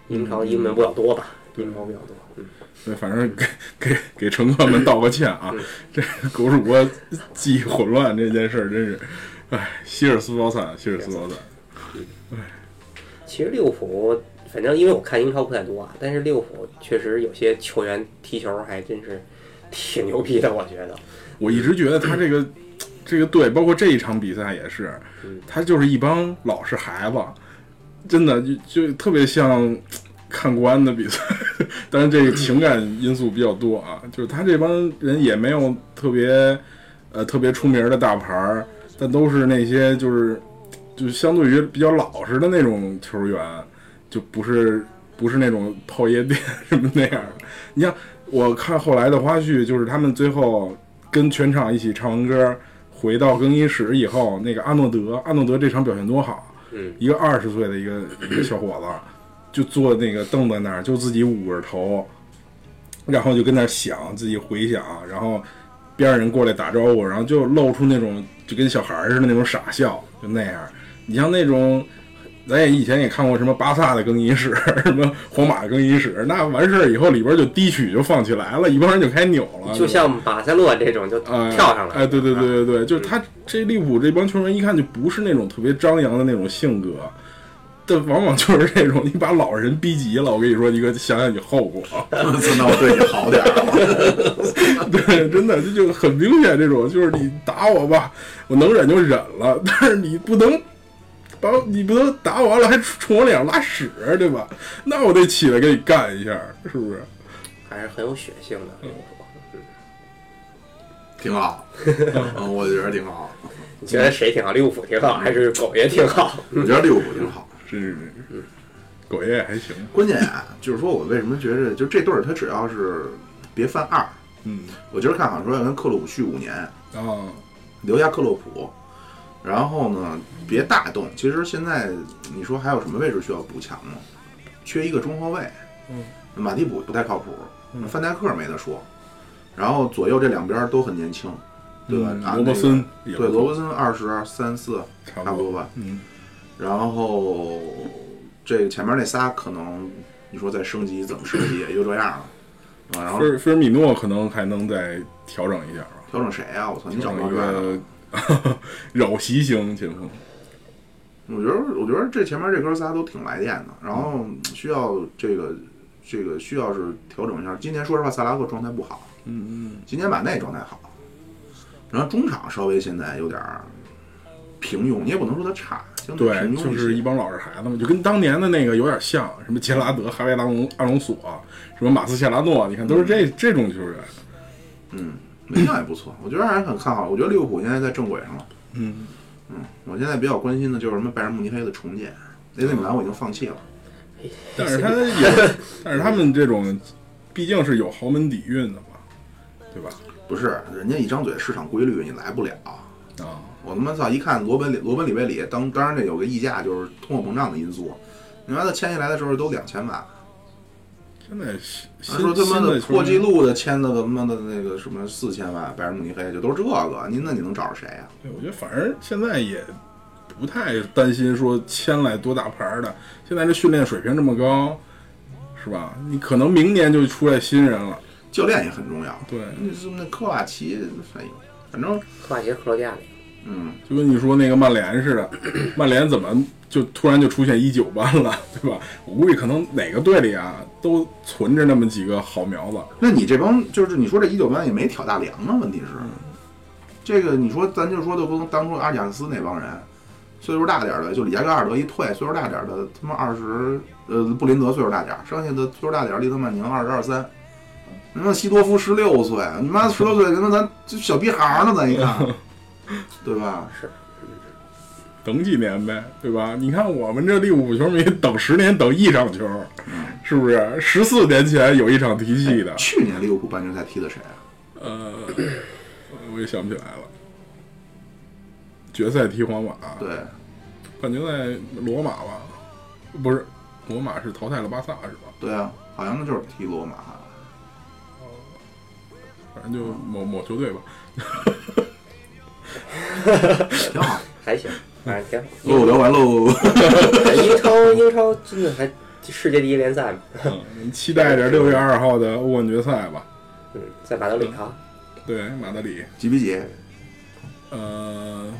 阴朝阴谋比较多吧，
对
阴谋比较多。嗯，
对，反正给给给乘客们道个歉啊
嗯！
这狗主播记忆混乱这件事儿真是，哎，希尔斯堡惨，希尔斯堡惨。
其实利物浦，反正因为我看英超不太多啊，但是利物浦确实有些球
啊
员踢球还真是挺牛逼的，我觉得。
我一直觉得他这个这个队，包括这一场比赛也是
嗯，
他就是一帮老实孩子，真的就就特别像看国安的比赛， 但是这个情感因素比较多啊，就是他这帮人也没有特别呃特别出名的大牌儿，但都是那些就是就相对于比较老实的那种球员，就不是不是那种泡夜店什么那样儿。你像我看后来的花絮，就是他们最后跟全场一起唱完歌，回到更衣室以后，那个阿诺德，阿诺德这场表现多好，
嗯，
一个二十岁的一个一个小伙子，就坐那个凳子那儿，就自己捂着头，然后就跟那儿想自己回想，啊然后边上人过来打招呼，然后就露出那种就跟小孩儿似的那种傻笑，就那样。你像那种，咱也以前也看过什么巴萨的更衣室，什么皇马的更衣室，那完事儿以后里边就低曲就放起来了，一帮人就开扭了，
就像马塞洛这种就
哎
跳上来了，
哎，对对对
啊，
对对，就是他这利物浦这帮球员一看就不是那种特别张扬的那种性格，但往往就是这种你把老人逼急了，我跟你说，你可想想你后果。
那我对你好点儿。
对，真的这就很明显，这种就是你打我吧，我能忍就忍了，但是你不能把我你不能打完了还冲我脸上拉屎，对吧？那我得起来给你干一下，是不是？
还是很有血性的
嗯
利物浦。
挺好，嗯，我觉得挺好，
你觉得谁挺好？利物浦挺好，还是狗爷挺好？
我觉得利物浦挺好。
是是是，狗爷也还行，
关键啊，就是说我为什么觉着，就这队儿他只要是别犯二，
嗯
我今儿看好像说要跟克洛普续五年，
啊，
留下克洛普，然后呢别大动。其实现在你说还有什么位置需要补强吗？缺一个中后卫，
嗯，
马蒂普不太靠谱，
嗯
范戴克没得说，然后左右这两边儿都很年轻，对吧？
嗯
啊
罗伯森
那
也
个
不
对
错
罗伯森二十三四
差
差
不
不多
多，
吧，
嗯。
然后这前面那仨可能你说再升级怎么升级也就这样了。啊，然后
菲尔菲尔米诺可能还能再调整一下吧，
调整谁啊？我操，你
调
找
整
毛
一
病啊！
个 扰席型前锋。
我觉得，我觉得这前面这哥仨都挺来电的，然后
嗯
需要这个这个需要是调整一下。今年说实话，萨拉赫状态不好，
嗯嗯，
今年马内状态好，然后中场稍微现在有点儿平庸，你也不能说他差，相对
对，
平庸
就
一
是
些
一帮老实孩子嘛，就跟当年的那个有点像，什么杰拉德、哈维拉隆、阿隆索，什么马斯切拉诺，你看都是这、这种球员。
嗯，门将也不错，我觉得还是很看好。我觉得利物浦现在在正轨上了。
嗯，
嗯，我现在比较关心的就是什么拜仁慕尼黑的重建，那内米兰我已经放弃了。
但是他 也，但是他们这种毕竟是有豪门底蕴的嘛，对吧？
不是，人家一张嘴市场规律，你来不了。
啊，
我他妈操！一看罗本里罗本里贝里，当当然这有个溢价，就是通货膨胀的因素。你妈的签下来的时候都两千万，
现在
他
新
说他妈
新的球
破
员
纪录的签了个他妈的那个什么四千万，拜仁慕尼黑就都是这个，您那你能找着谁啊呀、
对，我觉得反正现在也不太担心说签来多大牌儿的，现在这训练水平这么高，是吧？你可能明年就出来新人了。
教练也很重要。
对，
那是那科瓦奇，哎呦，反正
跨界克罗地亚里，
嗯，
就跟你说那个曼联似的，曼联怎么就突然就出现一九班了，对吧？我估计可能哪个队里啊都存着那么几个好苗子。
那你这帮就是你说这一九班也没挑大梁啊，问题是，这个你说咱就说就跟当初阿贾克斯那帮人，岁数大点儿的就里加戈尔德一退，岁数大点儿的他妈二十呃布林德岁数大点儿，剩下的岁数大点儿利特曼宁二十二三，你妈西多夫十六岁，你妈十六岁他妈咱就小屁孩儿呢，咱一看， 对吧？
等几年呗，对吧？你看我们这利物浦球迷等十年等一场球，是不是？十四年前有一场提气的，
去年利物浦半决赛踢的谁啊？
呃，我也想不起来了。决赛踢皇马，
对，
半决赛罗马吧？不是，罗马是淘汰了巴萨是吧？
对啊，好像那就是踢罗马。
反正就某某球队吧。
挺好，
还行，反正挺好。
哦
嗯
又聊完喽。
英超英超真的还世界第一联赛嘛，
嗯，期待着六月二号的欧冠决赛吧。
嗯，在马德里啊，
对，马德里，
几比几？
呃，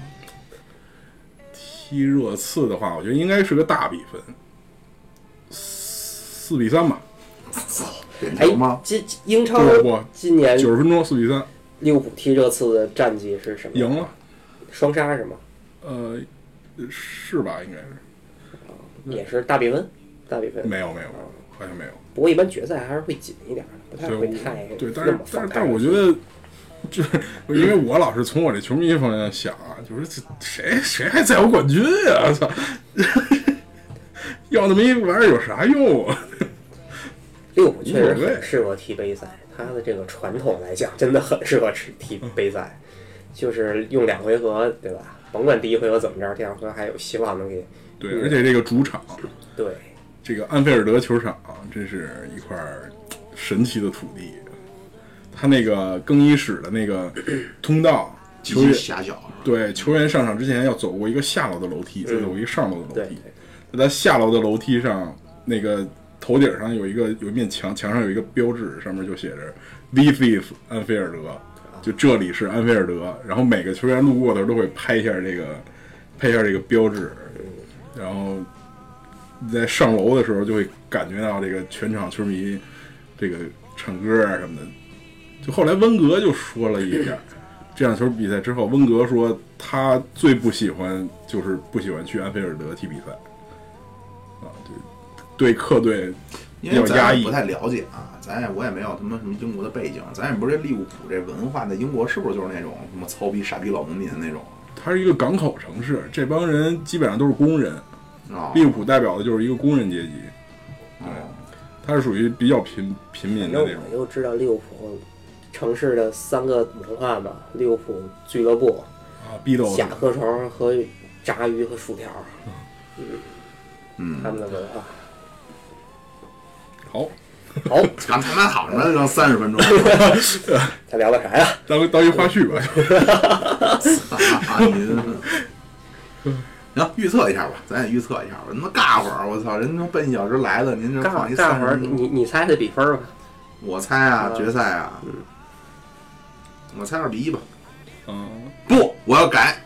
踢热刺的话，我觉得应该是个大比分，四比三吧。
点
嗯
哎
球吗？，
今英超
不不，
今年
九十分钟四比三
利物浦踢热刺的战绩是什么？
赢了，
双杀是吗？
呃，是吧？应该是
也是大比分，大比分。
嗯没有没有，好像没有。
不过一般决赛还是会紧一点的，不太
对
会
我
太
对，但
那
是
么
但是
放开
但是我觉得，就是因为我老是从我这球迷方面想啊，就是这谁谁还在乎冠军呀、 我操，要那么一玩意儿有啥用啊？
利物浦确实
无所谓
很适合踢杯赛，他的这个传统来讲，真的很适合吃踢
嗯
杯赛，就是用两回合，对吧？甭管第一回合怎么着，第二回合还有希望能给
对，而且这个主场，
对。
这个安菲尔德球场啊，真是一块儿神奇的土地。他那个更衣室的那个通道，
极
球
其
员
狭小，
对球员上场之前要走过一个下楼的楼梯，再走过一个上楼的楼
对
梯
对。，
在他下楼的楼梯上，那个头顶上有一个有一面墙，墙上有一个标志，上面就写着 “This is 安菲尔德”，就这里是安菲尔德。然后每个球员路过的时候都会拍一下这个，拍一下这个标志。然后你在上楼的时候就会感觉到这个全场球迷这个唱歌啊什么的。就后来温格就说了一下。这场球比赛之后，温格说他最不喜欢就是不喜欢去安菲尔德踢比赛，啊，对，对客队
因为
比较压
咱也
抑
不太了解啊，咱也我也没有他妈什么英国的背景，咱也不是利物浦这文化在英国是不是就是那种什么糙逼傻逼老农民那种
它是一个港口城市，这帮人基本上都是工人，
啊？
利物浦代表的就是一个工人阶级，它是属于比较贫贫民
反
的嗯
正
那种
我。又知道利物浦城市的三个文化嘛，利物浦俱乐部、
啊，逼斗
甲壳虫和炸鱼和薯条，
嗯
嗯
他，们的文化。
好，
好，
咱他妈好着呢，三十 分钟，
咱聊到啥呀？
当当一花絮吧。
啊您 行，预测一下吧，咱也预测一下吧。他妈尬会儿，我操，人都奔一小时来了，您这放
尬
一
尬
三十
会儿，
分
嗯
钟
你你猜猜比分吧。
我猜啊，
嗯
决赛啊，我猜二比一吧。
嗯
不，我要改，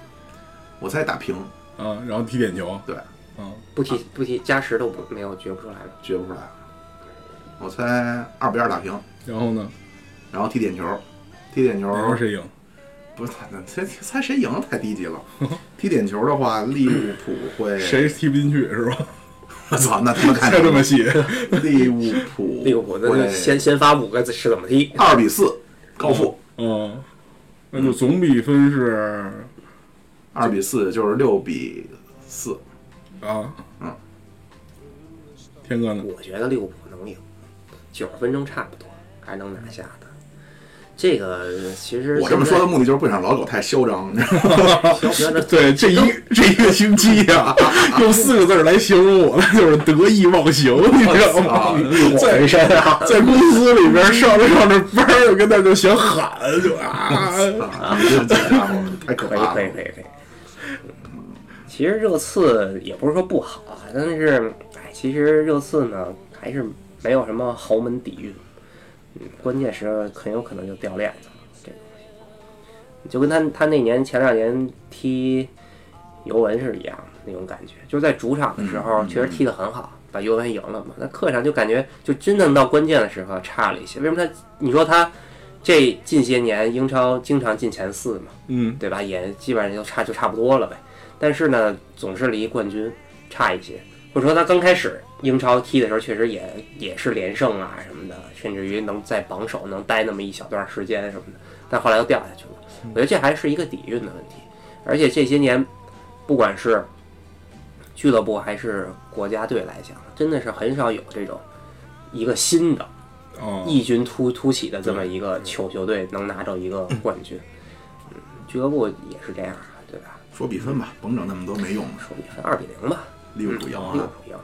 我猜打平，
啊，然后踢点球。
对，
啊，
不提不提加时都不没有觉不出来了。
绝不出来。我猜二比二打平，
然后呢？
然后踢点球，踢点球，
然后谁赢？
不是猜猜猜谁赢太低级了。踢点球的话，利物浦会？
谁踢不进去是吧？
我操，那他妈 看
猜这么细，
利物浦，
利物浦那
会
就先先发五个字是怎么踢？
二比四高负，
嗯，那就总比分是
二比四就是六比四。
啊，
嗯，
天哥呢？
我觉得利物浦能赢，九十分钟差不多还能拿下的。这个其实
我这么
现
说
在
的目的就是不想老狗太嚣张，你知道 吗？
对，这一这一个星期呀、用四个字儿来形容我，那就是得意忘形，你知道吗？在
啊
在公司里边上着上着班儿，跟那儿就想喊，就啊，
啊，你这家伙太可
可以
怕
可以
了。
可以可以。其实热刺也不是说不好，啊但是哎，其实热刺呢还是没有什么豪门底蕴，嗯，关键时候很有可能就掉链子了。这个东西，就跟他他那年前两年踢尤文是一样的那种感觉，就是在主场的时
嗯
候确实踢得很好，把尤文赢了嘛。那客场就感觉就真正到关键的时候差了一些。为什么他？你说他这近些年英超经常进前四嘛？
嗯，
对吧？也基本上就差就差不多了呗。但是呢，总是离冠军差一些，或者说他刚开始英超踢的时候，确实也也是连胜啊什么的，甚至于能在榜首能待那么一小段时间什么的，但后来又掉下去了。我觉得这还是一个底蕴的问题，而且这些年，不管是俱乐部还是国家队来讲，真的是很少有这种一个新的
哦，
异军突突起的这么一个球球队能拿着一个冠军，嗯，俱乐部也是这样，啊对吧？
说比分吧，甭整那么多没用的。
说比分二比零吧，
利物浦赢
利物
啊！
浦赢。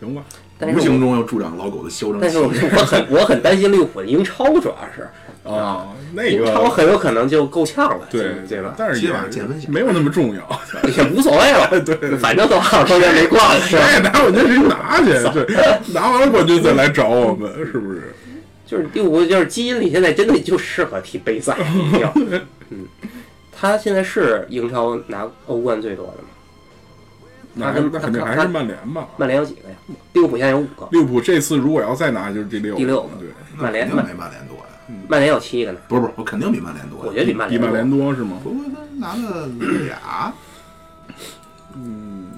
行吧，
嗯但
无
是
形
我
中又助长老狗的嚣张
但是我
气。
我很我很担心利物浦的英超，主要是
哦， 那
英超
个
啊很有可能就够呛了，
对
对吧？
但是
今晚见分
也
晓
没有那么重 要，
也无所谓了，
对
反正多少多年没逛了，是吧
谁也哎拿冠军谁拿去，对，拿完了冠军再来找我们，是不是？
就是第五，就是基因里现在真的就适合踢 杯赛，你知道吗嗯，他现在是英超拿欧冠最多的嘛？
那还
他跟
那肯定
他
还
他
是曼联吧。
曼联有几个呀？利物浦现在有五个，
利物浦这次如果要再拿，就是第六
第六
了
个
对，
曼
肯
联
定
曼
没曼联多呀，
曼联有七个呢，
不是不是，我肯定比曼联多呀。
我觉得比曼
比
联
曼
多
联多是吗？
不过他
拿了俩，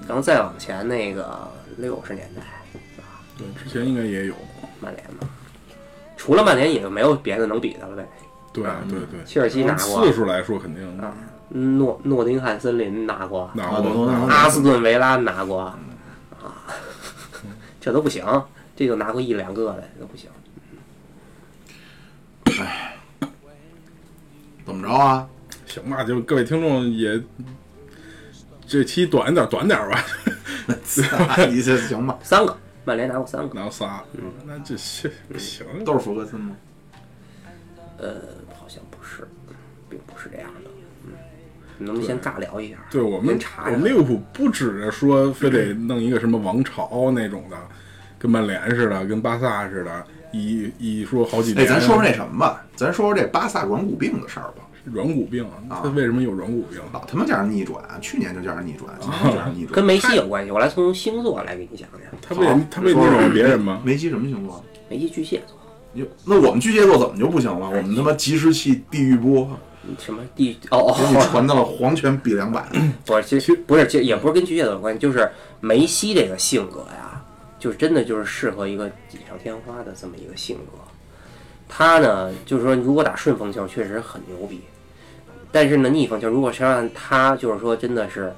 然后再往前那个六十年代，
对，之前应该也有。
曼联嘛，除了曼联也就没有别的能比的了呗。
对对对，
嗯切尔西拿过
次数来说肯定
啊，诺诺丁汉森林拿过，
拿
啊对
过
都拿过
过
阿斯顿维拉拿过，啊，这都不行，这就拿过一两个来都不行。
怎么着啊？
行吧，就各位听众也这期短一点，短点吧，
你这行吧？
三个，曼联拿过三个，
拿仨，
嗯
那这些不行，
都是福格森吗？
呃，好像不是，并不是这样的。嗯，能不能先尬聊一下？
对我们
先，查
我
一下
们利物浦不指着说非得弄一个什么王朝那种的，跟曼联似的，跟巴萨似的，一一说好几
哎，
年。
咱说说那什么吧，咱说说这巴萨软骨病的事儿吧。
软骨病
啊
他为什么有软骨病？
老他妈叫人逆转，去年就叫人逆转，今年就叫
哦
人逆转。
跟梅西有关系，我来从星座来给你讲讲。
他
好
为他为那种别人吗？
嗯
梅西什么星座？
梅西巨蟹座，
哟那我们巨蟹座怎么就不行了？我们他妈及时器地狱波
嗯什么地？哦
给你
哦，
传到了黄泉比两百，
不是，其实不是，这也不是跟巨蟹座有关系，就是梅西这个性格呀，就是真的就是适合一个锦上添花的这么一个性格。他呢，就是说，如果打顺风球确实很牛逼，但是呢，逆风球如果是让他就是说真的是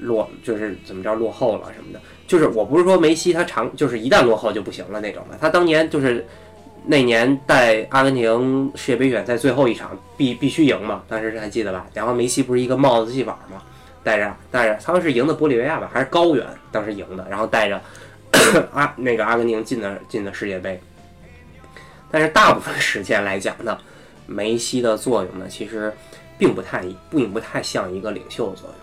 落，就是怎么着落后了什么的，就是我不是说梅西他长就是一旦落后就不行了那种的，他当年就是那年带阿根廷世界杯预选赛最后一场必必须赢嘛，当时还记得吧？然后梅西不是一个帽子戏法嘛，带着带着，当时赢的玻利维亚吧，还是高原，当时赢的，然后带着 阿、那个阿根廷进的进的世界杯。但是大部分时间来讲呢，梅西的作用呢，其实并不太并不太像一个领袖的作用。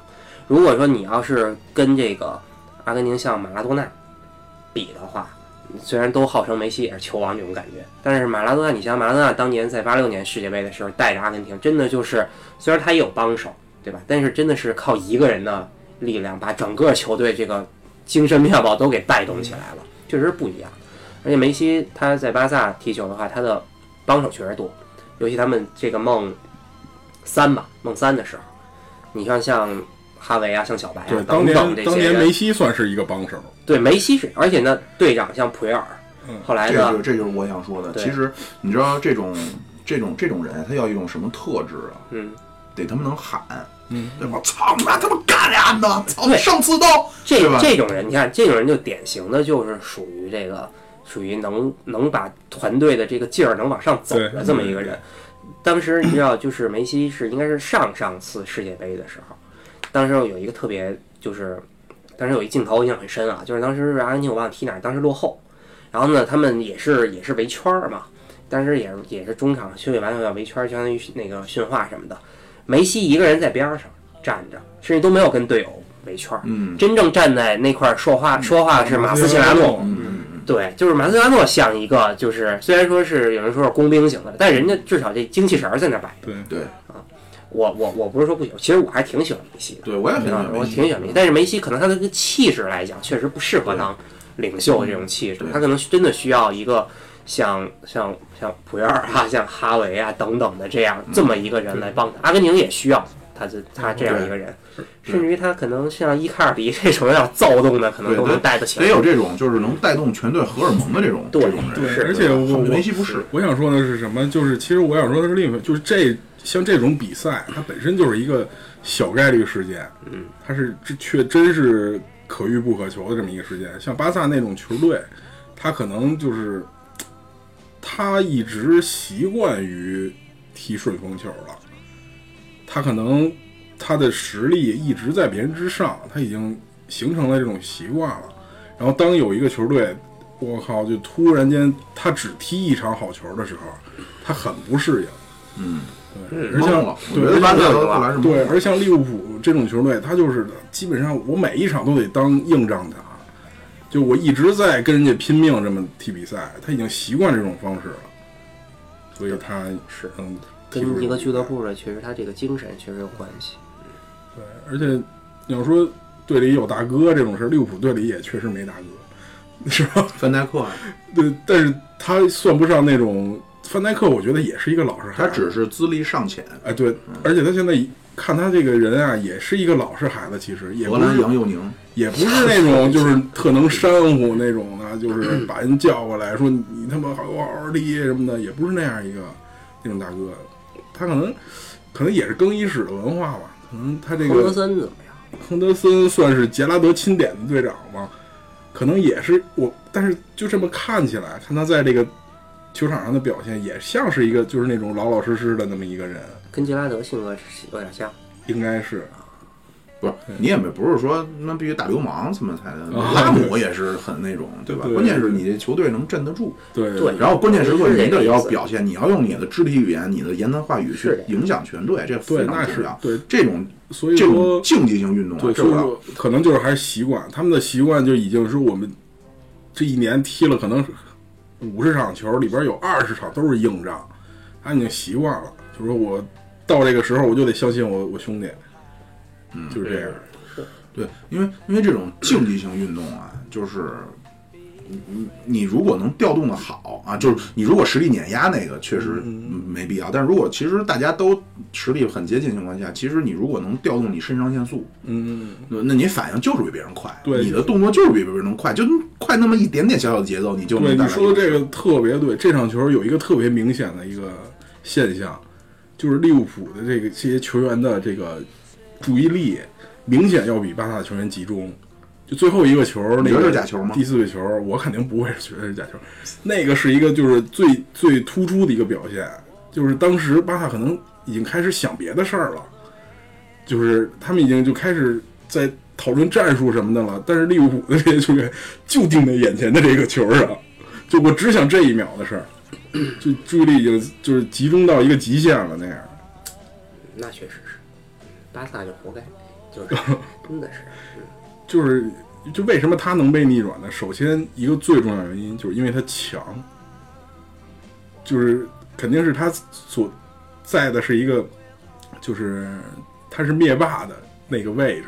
如果说你要是跟这个阿根廷像马拉多纳比的话，虽然都号称梅西也是球王这种感觉，但是马拉多纳，你像马拉多纳当年在八六年世界杯的时候带着阿根廷，真的就是虽然他也有帮手，对吧？但是真的是靠一个人的力量把整个球队这个精神面貌都给带动起来了，确实不一样。而且梅西他在巴萨踢球的话，他的帮手确实多，尤其他们这个梦三吧，梦三的时候，你像像哈维啊，像小白啊
对，当
等
年
等这些人，
当年梅西算是一个帮手，
对梅西是，而且呢，队长像普约尔，
嗯
后来
这就
呢
是，这就是我想说的。
对
其实你知道这种这种这种人，他要一种什么特质啊？
嗯，
得他妈能喊，
嗯，
对吧？操你妈，他妈干呀呢！操，
对
上刺刀，
这
对吧？
这种人，你看这种人就典型的就是属于这个，属于能能把团队的这个劲儿能往上走
对
的这么一个人。当时你知道，就是梅西是应该是上上次世界杯的时候，当时有一个特别就是，当时有一镜头印象很深啊，就是当时是阿根廷我忘了踢哪儿，当时落后，然后呢，他们也是也是围圈儿嘛，当时也是也是中场休息完要围圈儿，相当于那个训话什么的，梅西一个人在边儿上站着，甚至都没有跟队友围圈儿，
嗯
真正站在那块儿说话说话的是嗯马斯切拉诺，
嗯嗯嗯，
对，就是马斯切拉诺像一个就是虽然说是有人说是工兵型的，但人家至少这精气神儿在那摆着。
对，
对
我我我不是说不行，其实我还挺喜欢梅西的，
对，我也很喜
啊
欢
我
梅西
挺喜欢梅西，但是梅西可能他的这个气质来讲，确实不适合当领袖的这种气质
对，
他可能真的需要一个像像像普约尔啊、 像哈维啊等等的这
嗯
样这么一个人来帮他。阿根廷也需要他这他这样一个人，甚至于他可能像伊卡尔迪 这种有点躁动的，可
嗯
能
对
都
对
能带得起
得
来。
有这种就是能带动全队荷尔蒙的这种
对
这种人。
对，
是
而且我
梅
我
西不是，
我想说的是什么？就是其实我想说的是另一个，就是这像这种比赛，它本身就是一个小概率事件，嗯，它是这却真是可遇不可求的这么一个事件。像巴萨那种球队，他可能就是他一直习惯于踢顺风球了，他可能他的实力一直在别人之上，他已经形成了这种习惯了。然后当有一个球队，我靠，就突然间他只踢一场好球的时候，他很不适应。嗯，对，而
懵了，
且
我觉得
对，
拉
而
塞
且
尔后来是懵
对，
了
而像利物浦这种球队，他就是基本上我每一场都得当硬仗打，就我一直在跟人家拼命这么踢比赛，他已经习惯这种方式了，所以他是嗯，踢出
跟一
这种
个俱
比
乐
赛
部的，确实他这个精神确实有关系。
对，而且你要说队里有大哥这种事儿，利物浦队里也确实没大哥， 是吧？
范戴克，啊
对，但是他算不上那种范戴克，我觉得也是一个老实
他
汉子。
只是资历尚浅，嗯
哎，对，而且他现在看他这个人啊，也是一个老实孩子，其实也
荷
不
兰
是
杨佑宁，
也不是 那种就是特能煽乎那种的，就是把人叫过来说你他妈好好好地什么的，也不是那样一个那种大哥。他可能可能也是更衣室的文化吧，可能他这
亨德
个
森怎么样？
亨德森算是杰拉德钦点的队长嘛，可能也是我，但是就这么看起来，看他在这个球场上的表现，也像是一个就是那种老老实实的那么一个人，
跟杰拉德性格是有点像，
应该是
不是你也没不是说那必须打流氓他们才能，
啊
拉姆也是很那种，对吧？
对
关键是你这球队能镇得住，
对
对
然后关键时刻
是这
你
个
得
意
要
思
表现，你要用你的肢体语言、你的言谈话语去
是的
影响全队，这
对，
非常
那是
重要。
对，
这种
所以
这种
说
竞技性运动啊，
对，
受不
就是
了。
说可能就是还是习惯，他们的习惯就已经是我们这一年踢了可能五十场球，里边有二十场都是硬仗，他已经习惯了，就是说我到这个时候我就得相信我我兄弟，嗯，就是这样，
对，因为因为这种竞技性运动啊，就是你你你如果能调动的好啊，就是你如果实力碾压那个，确实
嗯
没必要。但如果其实大家都实力很接近的情况下，其实你如果能调动你肾上腺素，
嗯，
那那你反应就是比别人快，
对
你的动作就是比别人快，就快那么一点点小小的节奏，你就
对，
能
你
带来
说的这个特别对，这场球有一个特别明显的一个现象，就是利物浦的这个这些球员的这个注意力明显要比巴萨球员集中。就最后一个球，那
觉得
个
是假球吗
第四个球，我肯定不会觉得是假球，那个是一个就是最最突出的一个表现，就是当时巴萨可能已经开始想别的事儿了，就是他们已经就开始在讨论战术什么的了，但是利物浦的这些球员就定在眼前的这个球上，就我只想这一秒的事儿，就注意力已经就是集中到一个极限了那样。
那确实是，巴萨就活该，就是 真的是，
就是就为什么他能被逆转呢？首先一个最重要的原因就是因为他强，就是肯定是他所在的是一个，就是他是灭霸的那个位置，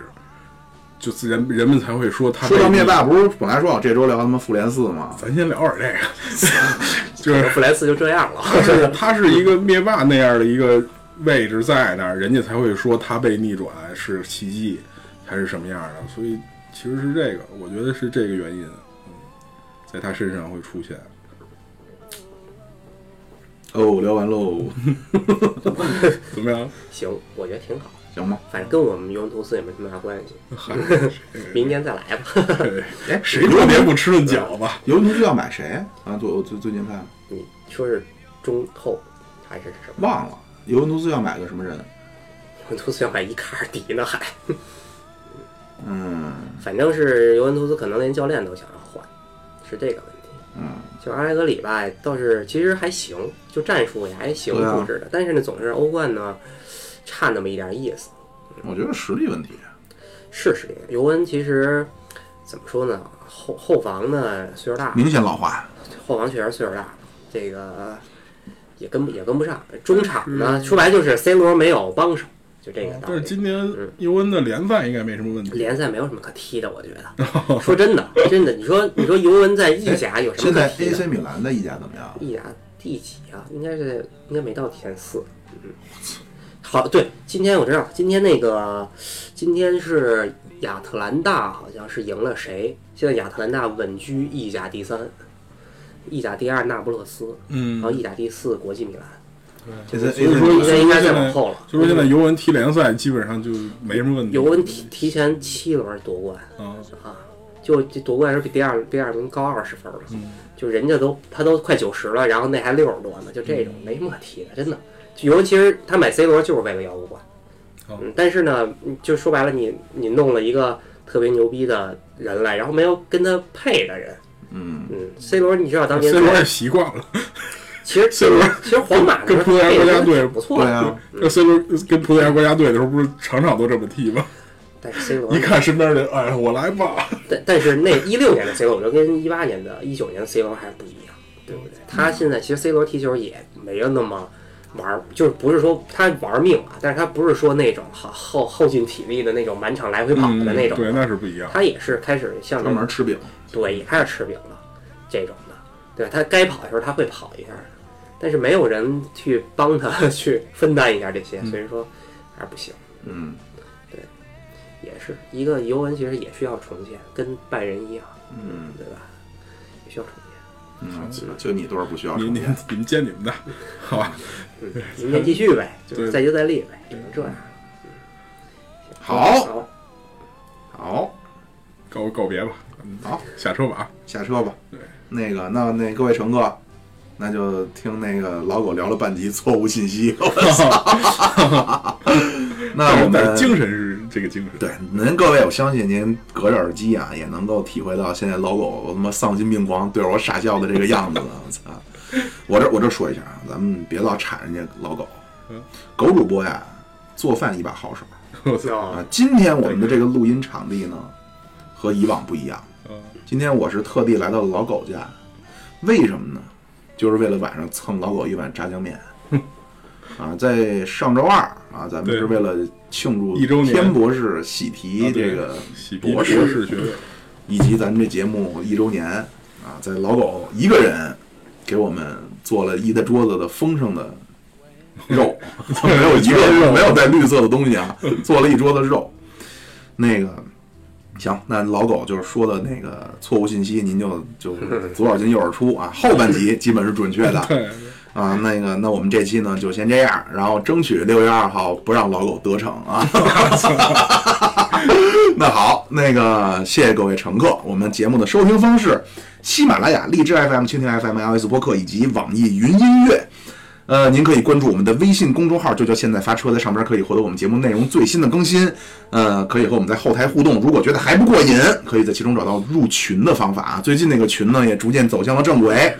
就自人人们才会说他
说到
被
灭
逆
霸，，不是本来说好这周聊他妈复联四吗？
咱先聊会儿这 个，就是
布莱斯就这样了。
他是他是一个灭霸那样的一个位置在那儿，人家才会说他被逆转是奇迹，还是什么样的。所以其实是这个，我觉得是这个原因，嗯，在他身上会出现。
哦，聊完喽，
怎么样？
行，我觉得挺好，
行吗？
反正跟我们尤文图斯也没什么大关系，
嗨，
明年再来吧。
哎，
谁过年不吃顿饺子？
尤文图斯要买谁啊？最我最最近看
你说是中透还是什么？
忘了，尤文图斯要买个什么人？
尤文图斯要买伊卡尔迪呢，还
嗯
反正是尤文图斯可能连教练都想要换，是这个问题。
嗯，
就阿莱格里吧，倒是其实还行，就战术也还行
对啊
布置的，但是呢，总是欧冠呢差那么一点意思。
我觉得实力问题。
是实力，尤文其实怎么说呢？后后防呢岁数大，
明显老化，
后防确实岁数大了，这个也跟不也跟不上。中场呢，说白了就是 C 罗没有帮手，就这个道
但是
理。
今年尤文的联赛应该没什么问题。
嗯联赛没有什么可踢的，我觉得。说真的，真的，你说你说尤文在意甲有什
现
啊
么可
在
踢
AC
的？
米兰的意甲怎么样？
意甲第几啊？应该是应该没到前四。嗯，好，对，今天我知道，今天那个今天是亚特兰大好像是赢了谁？现在亚特兰大稳居意甲第三，意甲第二那不勒斯。
嗯
然后，意甲第四国际米兰，
现在
所以说
AC 米
应该应该
现
再
在
往后了嗯
所以说现在尤文踢联赛基本上就没什么问题。
尤文提提前七轮夺冠
啊，
啊，就这夺冠时候比第二第二名高二十分了，
嗯
就人家都他都快九十了，然后那还六十多呢，就这种
嗯
没什么可提的，真的。就尤文其实他买 C 罗就是为了要欧冠，
哦
嗯，但是呢，就说白了，你你弄了一个特别牛逼的人来，然后没有跟他配的人，
嗯，
嗯，C 罗你知道当年
C 罗也习惯了，
其实
C 罗
其实皇马
跟
那时
葡
候
萄牙
配
国
的
家
真的
队
挺不错
对
的，
啊，
那 C 罗跟葡萄牙国家队的时候，不是场场都这么踢吗？
但是 C 罗
一看身边人，哎，我来吧。
但但是那一六年的 C 罗，我觉得跟一八年的、一九年的 C 罗还是不一样，对不对？他现在其实 C 罗踢球也没有那么玩儿，就是不是说他玩命啊，但是他不是说那种耗耗耗尽体力的那种满场来回跑的那
嗯
种，
对，那是不一样。
他也是开始像
专门吃饼。
对也开始吃饼了这种的，对他该跑的时候他会跑一下的， 但是没有人去帮他去分担一下这些，所以说还是不行。
嗯，
也是一个尤文，其实也需要重建，跟拜仁一样，嗯，对吧？也需要重建。
嗯，就就你队儿不需要
你
重
你
建，
你们见你们的，好吧？
嗯，明年继续呗，就是
对
再接再厉呗，只能这样。
好，好，
告告别吧，嗯
好，
下车吧啊。
下车吧。
对，
那个，那那各位乘客，那就听那个老狗聊了半集错误信息。 我操那 我
但是
们
精神是这个精神，
对您各位，我相信您隔着耳机啊，也能够体会到现在老狗我他妈丧心病狂对着我傻笑的这个样子了。我操！我这我这说一下啊，咱们别老铲人家老狗
嗯。
狗主播呀，做饭一把好手
我操，
哦
啊。今天我们的这个录音场地呢，和以往不一样。
嗯
今天我是特地来到了老狗家，为什么呢？就是为了晚上蹭老狗一碗炸酱面。啊，在上周二啊，咱们
对
是为了庆祝
一周年
天博士喜提
啊对
这个
喜提
博士，
博士学位，
以及咱们这节目一周年啊，在老狗一个人给我们做了一大桌子的丰盛的肉， 没有一个没有带绿色的东西啊，做了一桌子肉。那个行，那老狗就是说的那个错误信息，您就 就左耳进右耳出啊，后半集基本是准确的。
对，
啊，那个，那我们这期呢就先这样，然后争取六月二号不让老狗得逞 啊。 那好，那个谢谢各位乘客，我们节目的收听方式：喜马拉雅、荔枝 FM、蜻蜓 FM、iOS 播客以及网易云音乐。呃，您可以关注我们的微信公众号，就叫“现在发车”，在上边可以获得我们节目内容最新的更新。呃，可以和我们在后台互动。如果觉得还不过瘾，可以在其中找到入群的方法啊。最近那个群呢，也逐渐走向了正轨，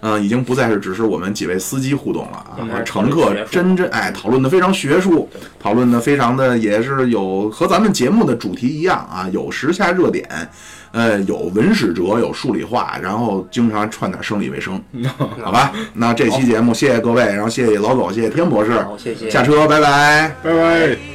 嗯、已经不再是只是我们几位司机互动了啊，
嗯
而乘客真正哎讨论的非常学术，讨论的非常的也是有和咱们节目的主题一样啊，有时下热点，呃，有文史哲，有数理化，然后经常串点生理卫生。好吧，那这期节目谢谢各位，然后谢谢老狗，谢谢天博士，
好谢谢
下车，拜拜。
拜拜。